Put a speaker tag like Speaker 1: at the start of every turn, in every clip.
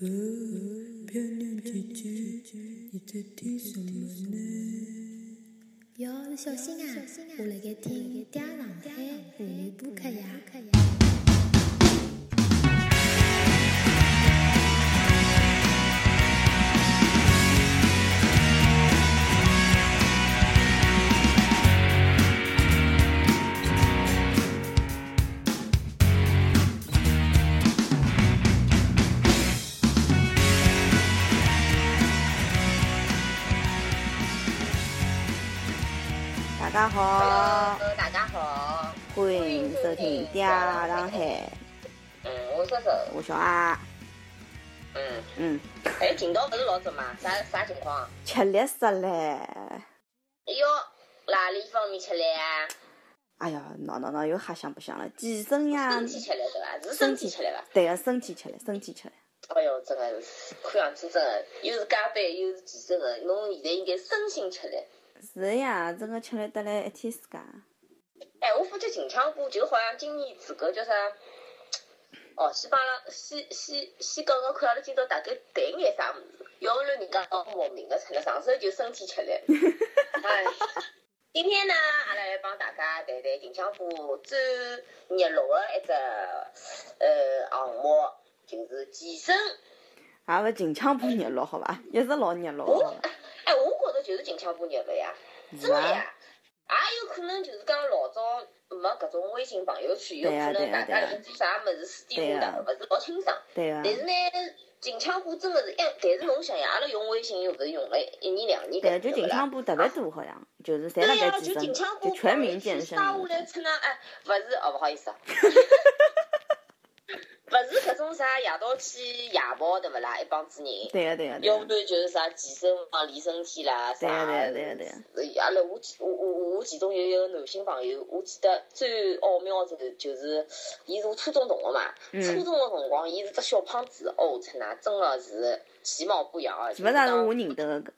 Speaker 1: 哦，漂亮姐姐，你在听什么呢？
Speaker 2: 哟，小心啊！我辣盖听《嗲浪海》妇女播客呀。
Speaker 3: 大家好，
Speaker 4: Hello，大呃家好，
Speaker 3: 欢迎收听《嗲浪海》，
Speaker 4: 嗯，我是手，
Speaker 3: 我小阿。
Speaker 4: 嗯，
Speaker 3: 嗯，
Speaker 4: 哎，今朝不是老早嘛，啥啥情况？
Speaker 3: 吃力死嘞！
Speaker 4: 哎哟，哪里方面吃力啊？
Speaker 3: 哎哟，喏喏喏，又瞎想不想了。健身呀
Speaker 4: 身，体吃力对伐？是身体吃力伐？
Speaker 3: 对个，身体吃力，身体吃力。
Speaker 4: 哎哟，真个是，看样子真个又是加班又是健身个，侬现在应该身心吃力。
Speaker 3: 是呀，真个吃力得来一天自家。
Speaker 4: 哎，我发觉近腔歌就好像今年子搿叫啥？哦，先帮阿拉先先先讲讲看，阿拉今朝大概谈眼啥物事？要不然人家老莫名的出来，上手就身体吃力。哎，今天呢，阿拉来帮大家谈谈近腔歌最热络的一只呃项目，就是健身。
Speaker 3: 也啊勿近腔不热络好伐？一直老热络
Speaker 4: 我
Speaker 3: 的。
Speaker 4: 哎，我觉着就是近腔歌热了呀。
Speaker 3: 是
Speaker 4: 真的
Speaker 3: 伐？
Speaker 4: 呀，也有可能就是讲老早没搿种微信朋友圈，有
Speaker 3: 对呀
Speaker 4: 可
Speaker 3: 对呀
Speaker 4: 能大
Speaker 3: 对呀
Speaker 4: 家辣盖做啥物事私底下
Speaker 3: 对呀嗯
Speaker 4: 大家勿是老清爽。
Speaker 3: 对啊
Speaker 4: 但是
Speaker 3: 个，
Speaker 4: 呢，近腔歌真的是，哎，但是侬想呀，阿拉用微信又勿是用了一年两年搿
Speaker 3: 对，啊
Speaker 4: 种
Speaker 3: 就
Speaker 4: 对
Speaker 3: 近
Speaker 4: 勿啦
Speaker 3: 腔部特别多，好像就是侪辣
Speaker 4: 对呀，
Speaker 3: 盖
Speaker 4: 就
Speaker 3: 健身
Speaker 4: 近腔，歌
Speaker 3: 就全民健身。
Speaker 4: 杀下来出呢，哎，勿是哦，勿好 意思啊。勿是搿种啥夜到去夜跑对勿啦？一帮子人。
Speaker 3: 对啊个，对个，对
Speaker 4: 要不
Speaker 3: 个，
Speaker 4: 然就是啥健身房练身体啦，
Speaker 3: 对呀
Speaker 4: 啥
Speaker 3: 对呀对呀对啊呀
Speaker 4: 呃阿拉我记我我我我其中有一个男性朋友，我记得最奥妙的就是，伊是我初中同学嘛，
Speaker 3: 嗯
Speaker 4: 初中的辰光，伊是只小胖子，哦，天呐，真的是其貌不扬啊，
Speaker 3: 勿是也是我认得个搿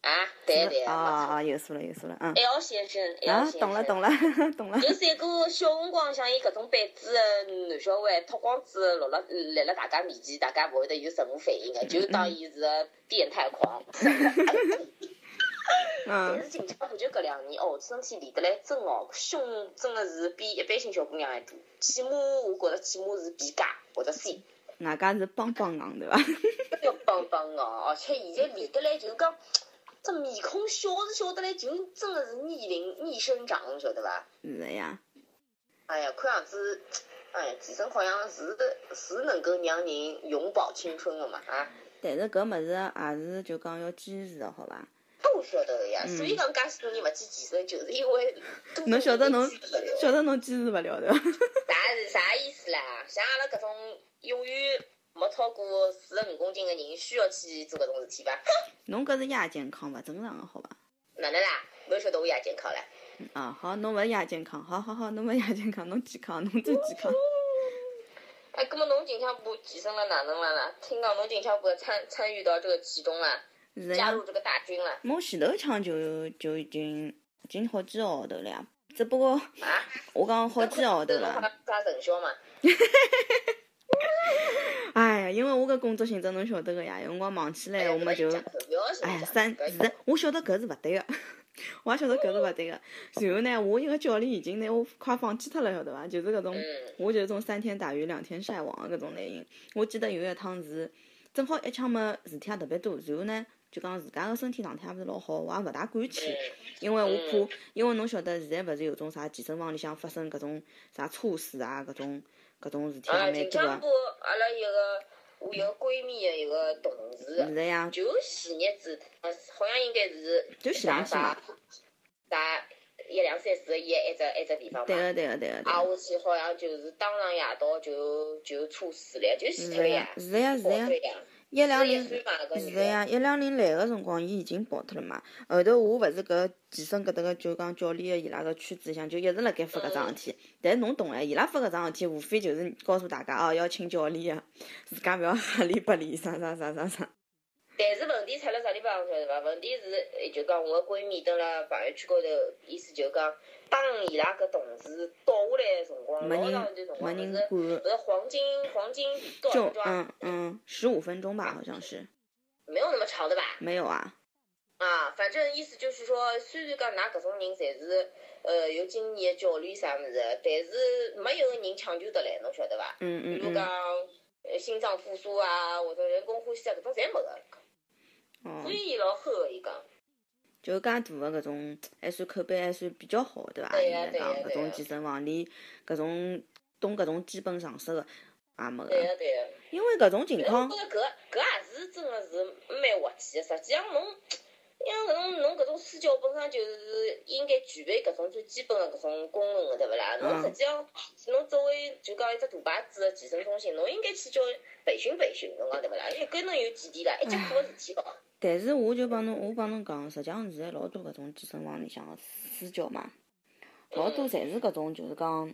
Speaker 4: 啊，对对，
Speaker 3: 啊啊，
Speaker 4: 没
Speaker 3: 哦有数了有数了，嗯
Speaker 4: 错。L 先生，L
Speaker 3: 啊
Speaker 4: 先，生，
Speaker 3: 懂了懂了 懂了。
Speaker 4: 就是一个小辰光像伊搿种板子的男小孩，脱光子落辣来辣大家面前，大家勿会得有任何反应的，就当伊是个变态狂。但
Speaker 3: 嗯，
Speaker 4: 是近腔感觉搿两年哦，身体练得来真哦，胸真的是比一般性小姑娘还大，起码我觉着起码是 B 加或者 C，
Speaker 3: 外加是棒棒硬对伐？
Speaker 4: 要棒棒哦，而且现在练得来就是讲，这面孔小是小得来，就真的是逆龄逆生长，侬晓得伐？
Speaker 3: 是的呀，
Speaker 4: 哎呀，看样子，哎呀，健身好像是是能够让人永葆青春的嘛啊！
Speaker 3: 但是搿物事也是就讲要坚持的，好伐？
Speaker 4: 不晓得的呀，所以讲介许多人勿去健身，就是因为多
Speaker 3: 侬嗯晓得
Speaker 4: 年
Speaker 3: 侬
Speaker 4: 没去了
Speaker 3: 晓得侬坚持勿了的，
Speaker 4: 啥是啥意思啦？像阿拉搿种永远没超过四十五公斤的人，需要去做搿种事体伐？
Speaker 3: 侬搿是亚健康勿正常个，好伐？
Speaker 4: 哪能啦？没有晓得我亚健康唻。
Speaker 3: 啊，好，侬勿是亚健康，好好好，侬勿是亚健康， 侬健康，侬真健 康。
Speaker 4: 哎，葛末侬近腔部健身了哪能了啦？听讲侬近腔部参参与到这个其中了，
Speaker 3: 是的
Speaker 4: 加
Speaker 3: 呀，
Speaker 4: 入这个大军了
Speaker 3: 我前头一趟就就已经已经好几个号头了呀，只不过
Speaker 4: 啊？
Speaker 3: 我讲好几个号头
Speaker 4: 对侬 好
Speaker 3: 了。
Speaker 4: 像啥成效嘛？
Speaker 3: 哎呀，因为我搿工作性质侬晓得个哎呀，有辰光忙起
Speaker 4: 哎
Speaker 3: 来我们就。
Speaker 4: 不要紧
Speaker 3: 哎 呀，
Speaker 4: 讲
Speaker 3: 三
Speaker 4: 不要
Speaker 3: 是
Speaker 4: 紧
Speaker 3: 的，我晓得搿是勿对个， 我也晓得搿是勿对个。然后呢，我一个教练已经拿我快放弃脱了，晓得伐？就是搿种，
Speaker 4: 嗯
Speaker 3: 我就是种三天打鱼两天晒网个搿种类型。我记得有一趟是，正好一腔么事体也特别多，然后呢。就讲自家个身体状态也勿是老好，我也勿大敢去，
Speaker 4: 嗯
Speaker 3: 因为我怕，因为侬晓得现在勿是有种啥健身房里向发生搿种啥猝死啊，搿种搿种事体也
Speaker 4: 啊，
Speaker 3: 蛮
Speaker 4: 近
Speaker 3: 多
Speaker 4: 腔
Speaker 3: 个。
Speaker 4: 部阿拉一个我有个闺蜜的一个同事，
Speaker 3: 是的呀，
Speaker 4: 就前日子，呃好像应该是
Speaker 3: 就前两天嘛
Speaker 4: 啥啥一两三四一一只一只地方
Speaker 3: 对
Speaker 4: 嘛。
Speaker 3: 个对个对个对
Speaker 4: 啊，
Speaker 3: 个，
Speaker 4: 我去好像就是当场夜到就就猝死了，就死
Speaker 3: 是
Speaker 4: 脱了
Speaker 3: 的呀
Speaker 4: 呀，，
Speaker 3: 是的呀是
Speaker 4: 跑
Speaker 3: 的
Speaker 4: 脱
Speaker 3: 呀
Speaker 4: 了，呀，
Speaker 3: 一两
Speaker 4: 四十一
Speaker 3: 年
Speaker 4: 岁嘛，搿
Speaker 3: 是
Speaker 4: 女
Speaker 3: 的
Speaker 4: 的。
Speaker 3: 呀，一两零来个辰光，伊已经跑脱了嘛。后头我勿是搿健身搿搭个就讲教练个伊拉个圈子里向，就一直辣盖发搿桩事体。但是侬懂哎，伊拉发搿桩事体，无非就是告诉大家哦，要请教练啊，自家勿要瞎练八练啥啥啥啥啥。
Speaker 4: 但是问题出了啥地方，晓得伐？问题是，呃就讲我个闺蜜登辣朋友圈高头，意思就讲，当伊拉搿同事倒下来的辰光，
Speaker 3: 没
Speaker 4: 老
Speaker 3: 人
Speaker 4: 长一段辰光，
Speaker 3: 没人
Speaker 4: 勿是
Speaker 3: 管
Speaker 4: 勿是黄金黄金多少
Speaker 3: 就
Speaker 4: 分钟啊？
Speaker 3: 嗯嗯，十五分钟吧，好像是
Speaker 4: 没有那么长的吧？
Speaker 3: 没有啊。
Speaker 4: 啊，反正意思就是说，虽然讲㑚搿种人侪是呃有经验、焦虑啥物事，但是没有人抢救得来，侬晓得伐？
Speaker 3: 嗯
Speaker 4: 比
Speaker 3: 嗯
Speaker 4: 如讲
Speaker 3: 嗯。
Speaker 4: 呃心脏复苏啊，或者人工呼吸啊，搿种侪没个。
Speaker 3: 哦
Speaker 4: 所，以伊老厚个，伊讲。
Speaker 3: 就介大个搿种，还算口碑还算比较好，对伐？
Speaker 4: 对
Speaker 3: 应
Speaker 4: 呀
Speaker 3: 该讲
Speaker 4: 对
Speaker 3: 搿
Speaker 4: 呀对
Speaker 3: 种
Speaker 4: 呀
Speaker 3: 健身房里搿种懂搿种基本常识个也没
Speaker 4: 对
Speaker 3: 个，
Speaker 4: 个对个。
Speaker 3: 因为搿种情
Speaker 4: 哎我
Speaker 3: 况
Speaker 4: 觉，着搿搿也是真个是蛮滑稽个。实际上侬，因为搿种侬搿种私教本身就是应该具备搿种最基本个搿种功能个，对勿啦？侬
Speaker 3: 嗯
Speaker 4: 实际上，侬作为就讲一只大牌子个健身中心，侬应该去叫培训培训，侬啊讲对勿啦？因为搿能有几点啦，一节课个事体
Speaker 3: 哎
Speaker 4: 咯。
Speaker 3: 但是我就帮侬，我帮侬讲，实际上现在老多搿种健身房里向个私教嘛，老多侪是搿种，就是讲，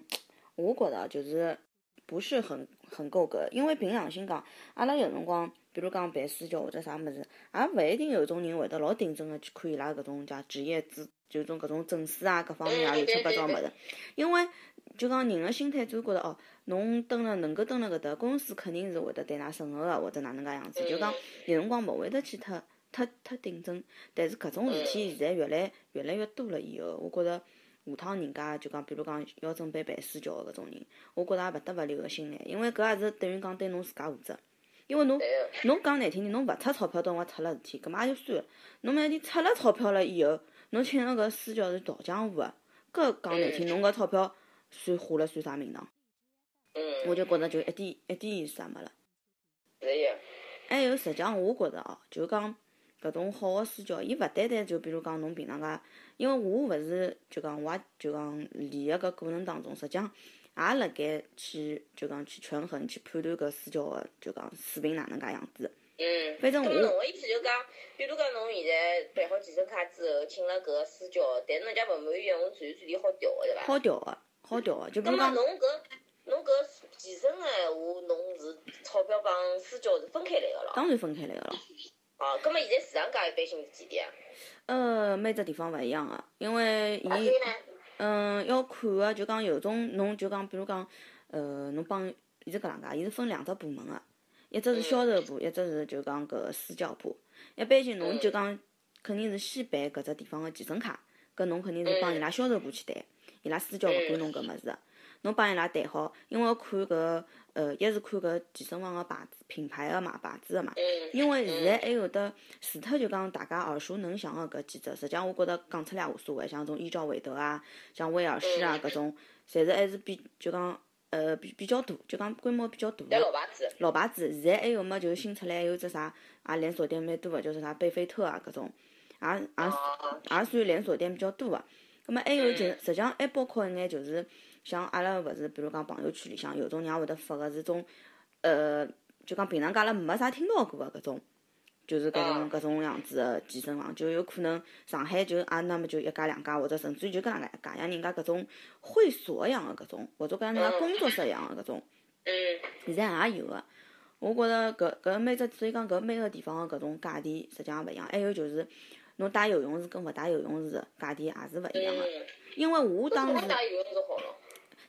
Speaker 3: 我觉着就是不是很很够格，因为凭良心讲，阿拉有辰光，比如讲办私教或者啥物事，也勿一定有种人会得老认真个去看伊拉搿种叫职业资，就种搿种证书啊，各方面啊，
Speaker 4: 嗯
Speaker 3: 乱七八
Speaker 4: 对
Speaker 3: 糟物
Speaker 4: 对
Speaker 3: 事，因为就讲人个心态总觉着哦，侬蹲了能够蹲了搿搭，公司肯定是会得对㑚审核个，或者哪能介样子，就讲
Speaker 4: 嗯
Speaker 3: 有辰光勿会得去太太太顶真。但是搿种事体现在越来越来越多了以后，我觉着下趟人家就讲，比如讲要准备办私教个搿种人，我觉着也勿得勿留个心眼，因为搿也是等于讲对侬自家负责。因为侬
Speaker 4: 对个。
Speaker 3: 侬讲难听点，侬勿出钞票当我出了事体，搿么也就算了。侬万一出了钞票了以后，侬请个搿私教是倒江湖个，搿讲难听，侬搿钞票算花了算啥名堂？
Speaker 4: 嗯。
Speaker 3: 我就觉着就一点一点意思也没了。
Speaker 4: 是呀。
Speaker 3: 还有，实际上我觉着哦，就讲搿种好个私教，伊勿单单就比如讲侬平常介，因为我勿是就讲我也就讲练个搿过程当中，实际上也辣盖去就讲去权衡去判断搿私教个就讲水平哪能介样子。
Speaker 4: 嗯，
Speaker 3: 反正
Speaker 4: 咁么
Speaker 3: 我
Speaker 4: 侬个意思就讲，比如讲侬现在办好健身卡之后，请了搿个私教，但是人家勿满意，我随时随地好调个对伐？
Speaker 3: 好调个，好调个，就比
Speaker 4: 咁
Speaker 3: 如
Speaker 4: 么
Speaker 3: 讲，
Speaker 4: 侬搿侬搿健身个闲话，侬是钞票帮私教是分开来个咯。
Speaker 3: 当然分开来个咯。
Speaker 4: 哦，咁么现在市场价一般性是几钿啊？
Speaker 3: 呃，每只地方勿一样个、因为伊
Speaker 4: 啊，所以呢，
Speaker 3: 嗯，要看个，就讲有种侬就讲，比如讲，呃，侬帮伊是搿能介，伊是分两只部门个、一只是销售部，一只是就讲搿个私教部。一般性侬就讲，肯定是先办搿只地方个健身卡，搿侬肯定是帮伊拉销售部去谈，伊拉私教勿管侬搿物事个，侬帮伊拉谈好，因为要看搿呃，一是看搿健身房个牌子品牌个嘛，牌子个嘛，
Speaker 4: 嗯，
Speaker 3: 因为现在还有得，除脱就讲大家耳熟能详的搿几只，实际上我觉得讲出来无所谓，像种伊娇韦德啊，像威尔士啊搿种，侪是还是比就讲呃比比较大，就讲规模比较大
Speaker 4: 在老
Speaker 3: 的
Speaker 4: 牌子，
Speaker 3: 老牌子。现在还有么就是新出来还有只啥啊连锁店蛮多的，就是啥贝菲特啊啊搿种，也也
Speaker 4: 哦，
Speaker 3: 也算连锁店比较多个。咁么还有就
Speaker 4: 嗯
Speaker 3: 实际上还包括一眼就是像阿拉勿是，比如讲朋友圈里向有种人也会得发个是种，呃，就讲平常介阿拉没啥听到过个搿种，就是搿种
Speaker 4: 啊
Speaker 3: 搿种样子个健身房，就有可能上海就啊，那么就一家两家，或者甚至于就搿能介一家，像人家搿种会所一样个搿种，或者讲人家
Speaker 4: 嗯
Speaker 3: 工作室一样个搿种。
Speaker 4: 嗯，
Speaker 3: 现在也有个。我觉着搿搿每只，所以讲搿每个地方个搿种价钿实际上勿一样。还有就是，侬带游泳池跟勿带游泳池的价钿也是勿一样个。
Speaker 4: 嗯，
Speaker 3: 因为我当
Speaker 4: 当
Speaker 3: 时，
Speaker 4: 打游泳是好咯，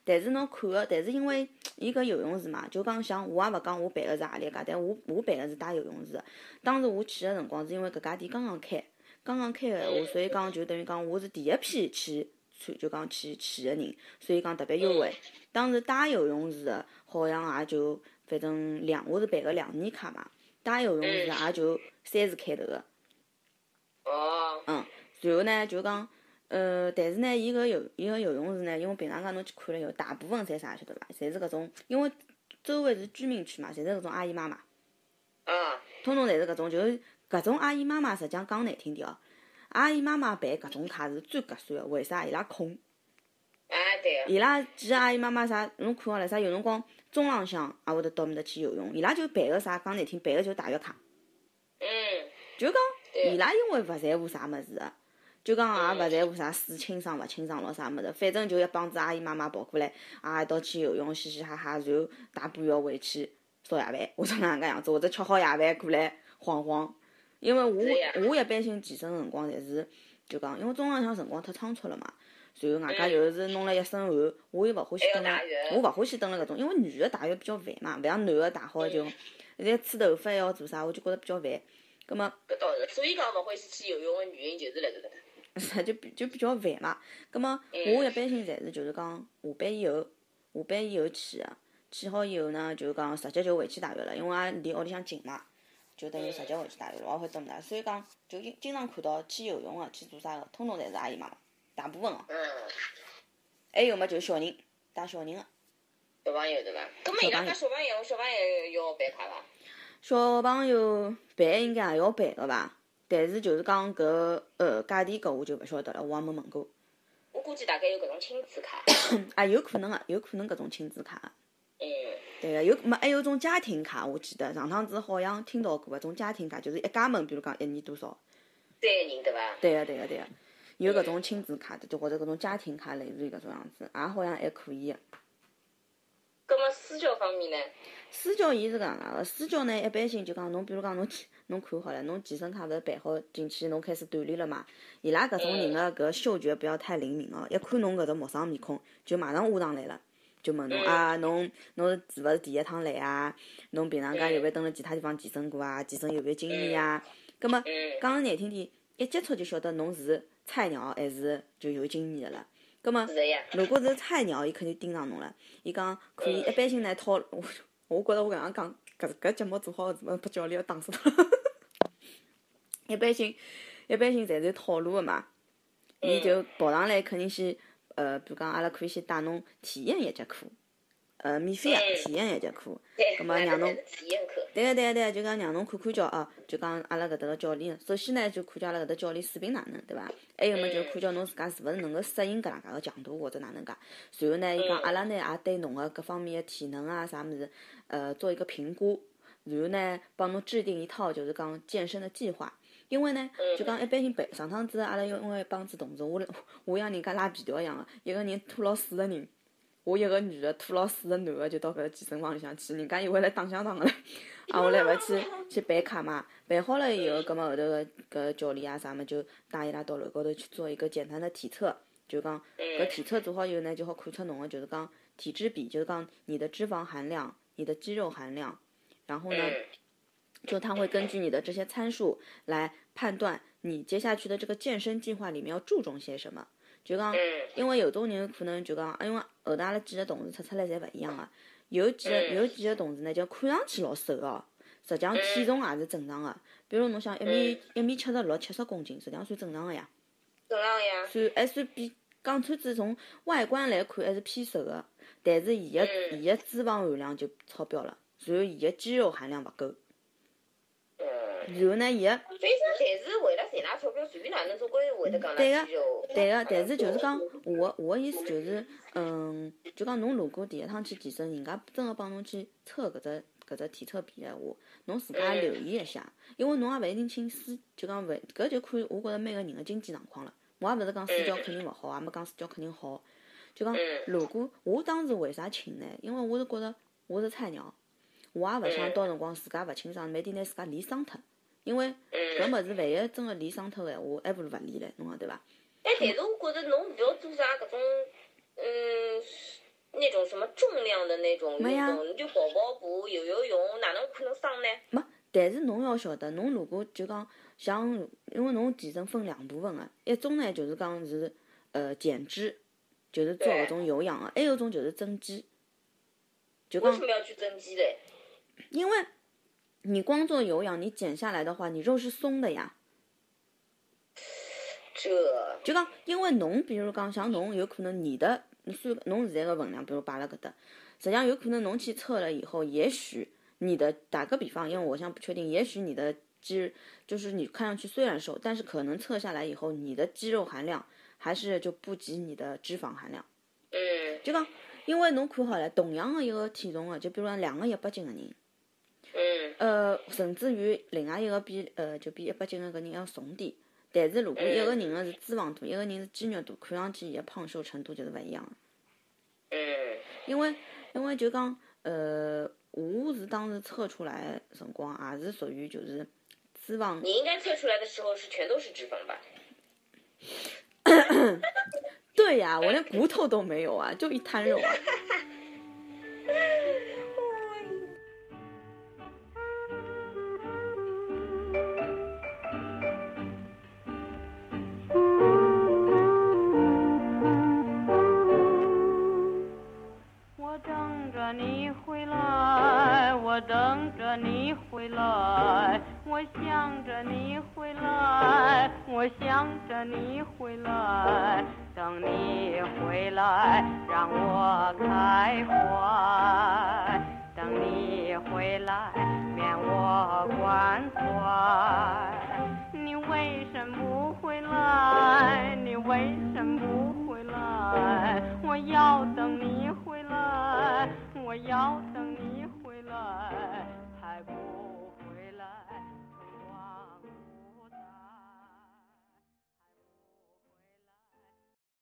Speaker 3: 但是侬看个，但是因为伊搿游泳池嘛，就讲像我也勿讲我办个是何里一家，但我我办个是带游泳池的。当时我去个辰光是因为搿家店刚刚开，刚刚开个闲话，所以讲就等于讲我是第一批去去就讲去去个人，所以讲特别
Speaker 4: 嗯
Speaker 3: 优惠。当时带游泳池的好像也就反正两我是办个两年卡嘛，带游泳池的也啊就三十开头个。
Speaker 4: 哦，
Speaker 3: 然后呢，就讲，呃，但是呢，伊搿游伊搿游泳池呢，因为平常讲侬去看了以后，大部分侪啥晓得伐？侪是搿种，因为周围是居民区嘛，侪是搿种阿姨妈妈，
Speaker 4: 啊，
Speaker 3: 通通侪是搿种，就是搿种阿姨妈妈，实际上讲难听点哦，阿姨妈妈办搿种卡是最合算个，为啥？伊拉空，
Speaker 4: 啊对个，
Speaker 3: 伊拉几个阿姨妈妈啥，侬看好了啥？有辰光中浪向也会得到面搭去游泳，伊拉就办个啥？讲难听，办个就是大浴卡。
Speaker 4: 嗯，
Speaker 3: 就讲
Speaker 4: 对
Speaker 3: 伊拉因为勿在乎啥物事个，就讲也勿在乎啥水清爽勿清爽咯啥物事，反正就一帮子阿姨妈妈跑过来，啊一道去游泳，嘻嘻哈哈，然后大半夜回去烧夜饭，或者哪能介样子，或者吃好夜饭过来晃晃，因为
Speaker 4: 对呀
Speaker 3: 我我一般性健身个辰光，侪是就讲，因为中浪向辰光太仓促了嘛。然后外加又是弄了一身汗，我又勿欢喜蹲了
Speaker 4: 嗯还要汏，
Speaker 3: 我勿欢喜蹲了搿种，因为女个汏浴比较烦嘛，勿像男个汏好就，现在吹头发还要做啥，我就觉着比较烦。葛末
Speaker 4: 搿倒是，所以讲勿欢喜去游泳的原因就是辣搿搭。
Speaker 3: 就比就比较烦嘛。葛么我一般性侪是就是讲下班以后，下班以后去个，去好以后呢，就是讲直接就回去洗浴了，因为也离屋里向近嘛，就等于直接回去洗浴了，我也会蹲的。所以讲，就经经常看到去游泳个、去做啥个，通通侪是阿姨妈妈，大部分个、
Speaker 4: 嗯，
Speaker 3: 还有么就是小人，带小人个、
Speaker 4: 小朋友对伐？搿么伊拉搿小朋友，小朋友要办卡伐？
Speaker 3: 小朋友办应该也要办个吧？但是就是讲搿呃价钿搿我就勿晓得了，我也没问过。
Speaker 4: 我估计大概有搿种亲子卡。
Speaker 3: 啊，有可能个、有可能搿种亲子卡个、
Speaker 4: 嗯，
Speaker 3: 对个，有没还有种家庭卡，我记得上趟子好像听到过搿种家庭卡，就是一家门，比如讲一年多少。
Speaker 4: 三个人对伐？
Speaker 3: 对个，对个，对个，有搿种亲子卡的，就或者搿种家庭卡，类似于搿种样子，也好像还可以个。
Speaker 4: 搿么私教方面呢？
Speaker 3: 私教伊是搿能介个，啊私教呢一般性就讲侬，比如讲侬去侬看好了，侬健身卡勿是办好进去，侬开始锻炼了嘛。伊拉搿种人个搿嗅觉不要太灵敏哦，一看侬搿只陌生面孔，就马上窝上来了。就问侬
Speaker 4: 嗯
Speaker 3: 啊，侬侬是是勿是第一趟来啊？侬平常介有勿有蹲辣其他地方健身过啊？健身有勿有经验啊？葛末
Speaker 4: 嗯
Speaker 3: 讲难听点，一接触就晓得侬是菜鸟还是就有经验的了。葛末
Speaker 4: 是的呀。
Speaker 3: 如果是菜鸟，伊肯定盯上侬了。伊讲可以，一般性来讨， 我我觉着我搿样讲，搿搿节目做好怎么把教练要打死脱。 一般性，一般性侪是套路个嘛。伊就跑上来，肯定先，呃，比如讲，阿拉可以先带侬体验一节课，呃，免费
Speaker 4: 嗯
Speaker 3: 个体验一节课。
Speaker 4: 对，
Speaker 3: 葛末让侬
Speaker 4: 那是体验课。
Speaker 3: 对个对个对啊个，就讲让侬看看叫啊，就讲阿拉搿搭个教练，首先呢就看叫阿拉搿搭教练水平哪能，对伐？还有么就看叫侬自家是勿是能够适应搿能介个强度或者哪能介。然后呢，伊讲阿拉呢也对侬个各方面个体能啊啥物事，呃，做一个评估。然后呢，帮侬制定一套就是讲健身的计划。因为呢，就讲一般性白上趟子阿拉因为帮子同事，我我像人家拉皮条一样个，一个人拖牢四个人。我一个女的拖牢四个男的就到搿个健身房里向去，人家以为来打相打个唻，啊，我来勿去去办卡嘛，办好了以后，葛末后头个搿教练啊啥么就带伊拉到楼高头去做一个简单的体测，就讲搿体测做好以后呢，就好看出侬个就是讲体脂比，就是讲你的脂肪含量、你的肌肉含量，然后呢，
Speaker 4: 嗯，
Speaker 3: 就他会根据你的这些参数来判断你接下去的这个健身计划里面要注重些什么。就讲
Speaker 4: 嗯，
Speaker 3: 因为有种人可能就讲，啊因为后头阿拉几个同事出出来侪勿一样啊，有几个
Speaker 4: 嗯
Speaker 3: 有几个同事呢，就看上去老瘦个哦，实际上体重也是正常个。比如侬想一米一米七十六、七十公斤，实际上算正常个呀，
Speaker 4: 正常呀。
Speaker 3: 算还算比讲穿子从外观来看还是偏瘦个，但是伊个
Speaker 4: 嗯
Speaker 3: 伊个脂肪含量就超标了，然后伊个肌肉含量勿够，然
Speaker 4: 嗯，
Speaker 3: 后呢伊个
Speaker 4: 反正侪是为了赚那钞票，随便哪能总归会得讲
Speaker 3: 对
Speaker 4: 那
Speaker 3: 个
Speaker 4: 肌肉。
Speaker 3: 对个，但是就是讲，我的我的意思就是，嗯，就讲侬如果第一趟去健身，人家真个帮侬去测搿只搿只体测比的话，侬自家
Speaker 4: 嗯
Speaker 3: 留意一下，因为侬也勿一定请私，就讲勿搿就看我觉着每个人的经济状况了。我也勿是讲私教
Speaker 4: 嗯
Speaker 3: 肯定勿好，啊也没讲私教肯定好，就讲
Speaker 4: 嗯
Speaker 3: 如果我当时为啥请呢？因为我是觉着我是菜鸟，我也勿想
Speaker 4: 嗯
Speaker 3: 到辰光自家勿清爽，慢点拿自家练伤脱，因为搿
Speaker 4: 嗯，
Speaker 3: 物事万一真个练伤脱个闲话，还不如勿练唻，侬讲对伐？
Speaker 4: 哎，但是我觉得侬不要做啥搿种，嗯，那种什么重量的那种
Speaker 3: 没
Speaker 4: 运
Speaker 3: 呀
Speaker 4: 动，你就跑跑步、游游泳，哪能可能伤呢？
Speaker 3: 没，但是侬要晓得，侬如果就讲像，因为侬健身分两部分个、啊一种呢就是讲是呃减脂，就是做搿
Speaker 4: 对
Speaker 3: 种有氧啊个、还有一种就是增肌，就
Speaker 4: 为
Speaker 3: 讲
Speaker 4: 什么要去增肌嘞？
Speaker 3: 因为你光做有氧，你减下来的话，你肉是松的呀。
Speaker 4: 这，
Speaker 3: 就讲，因为侬比如讲，像侬有可能你的，你算侬现在个分量，比如摆辣搿搭，实际上有可能侬去测了以后，也许你的打个比方，因为我现在不确定，也许你的肌就是你看上去虽然瘦，但是可能测下来以后，你的肌肉含量还是就不及你的脂肪含量。
Speaker 4: 嗯
Speaker 3: 就讲，因为侬看好了，同样的一个体重个、就比如讲两个一百斤个人，
Speaker 4: 嗯
Speaker 3: 呃，甚至于另外一个比呃就比一百斤的搿人要重点。但是如果一个人的是脂肪度，一个人是肌肉度，看上去伊个胖瘦程度就是勿一样的。
Speaker 4: 嗯
Speaker 3: 因为因为就讲呃，我是当时测出来的辰光也是属于就是脂肪
Speaker 5: 你应该测出来的时候是全都是脂肪吧？
Speaker 3: 对呀、我连骨头都没有啊，就一滩肉啊。
Speaker 6: 我等着你回来，我等着你回来，我想着你回来，我想着你回来，等你回来让我开怀，等你回来免我关怀。你为什么不回来？你为什么不回来？我要等你回来，我要等你。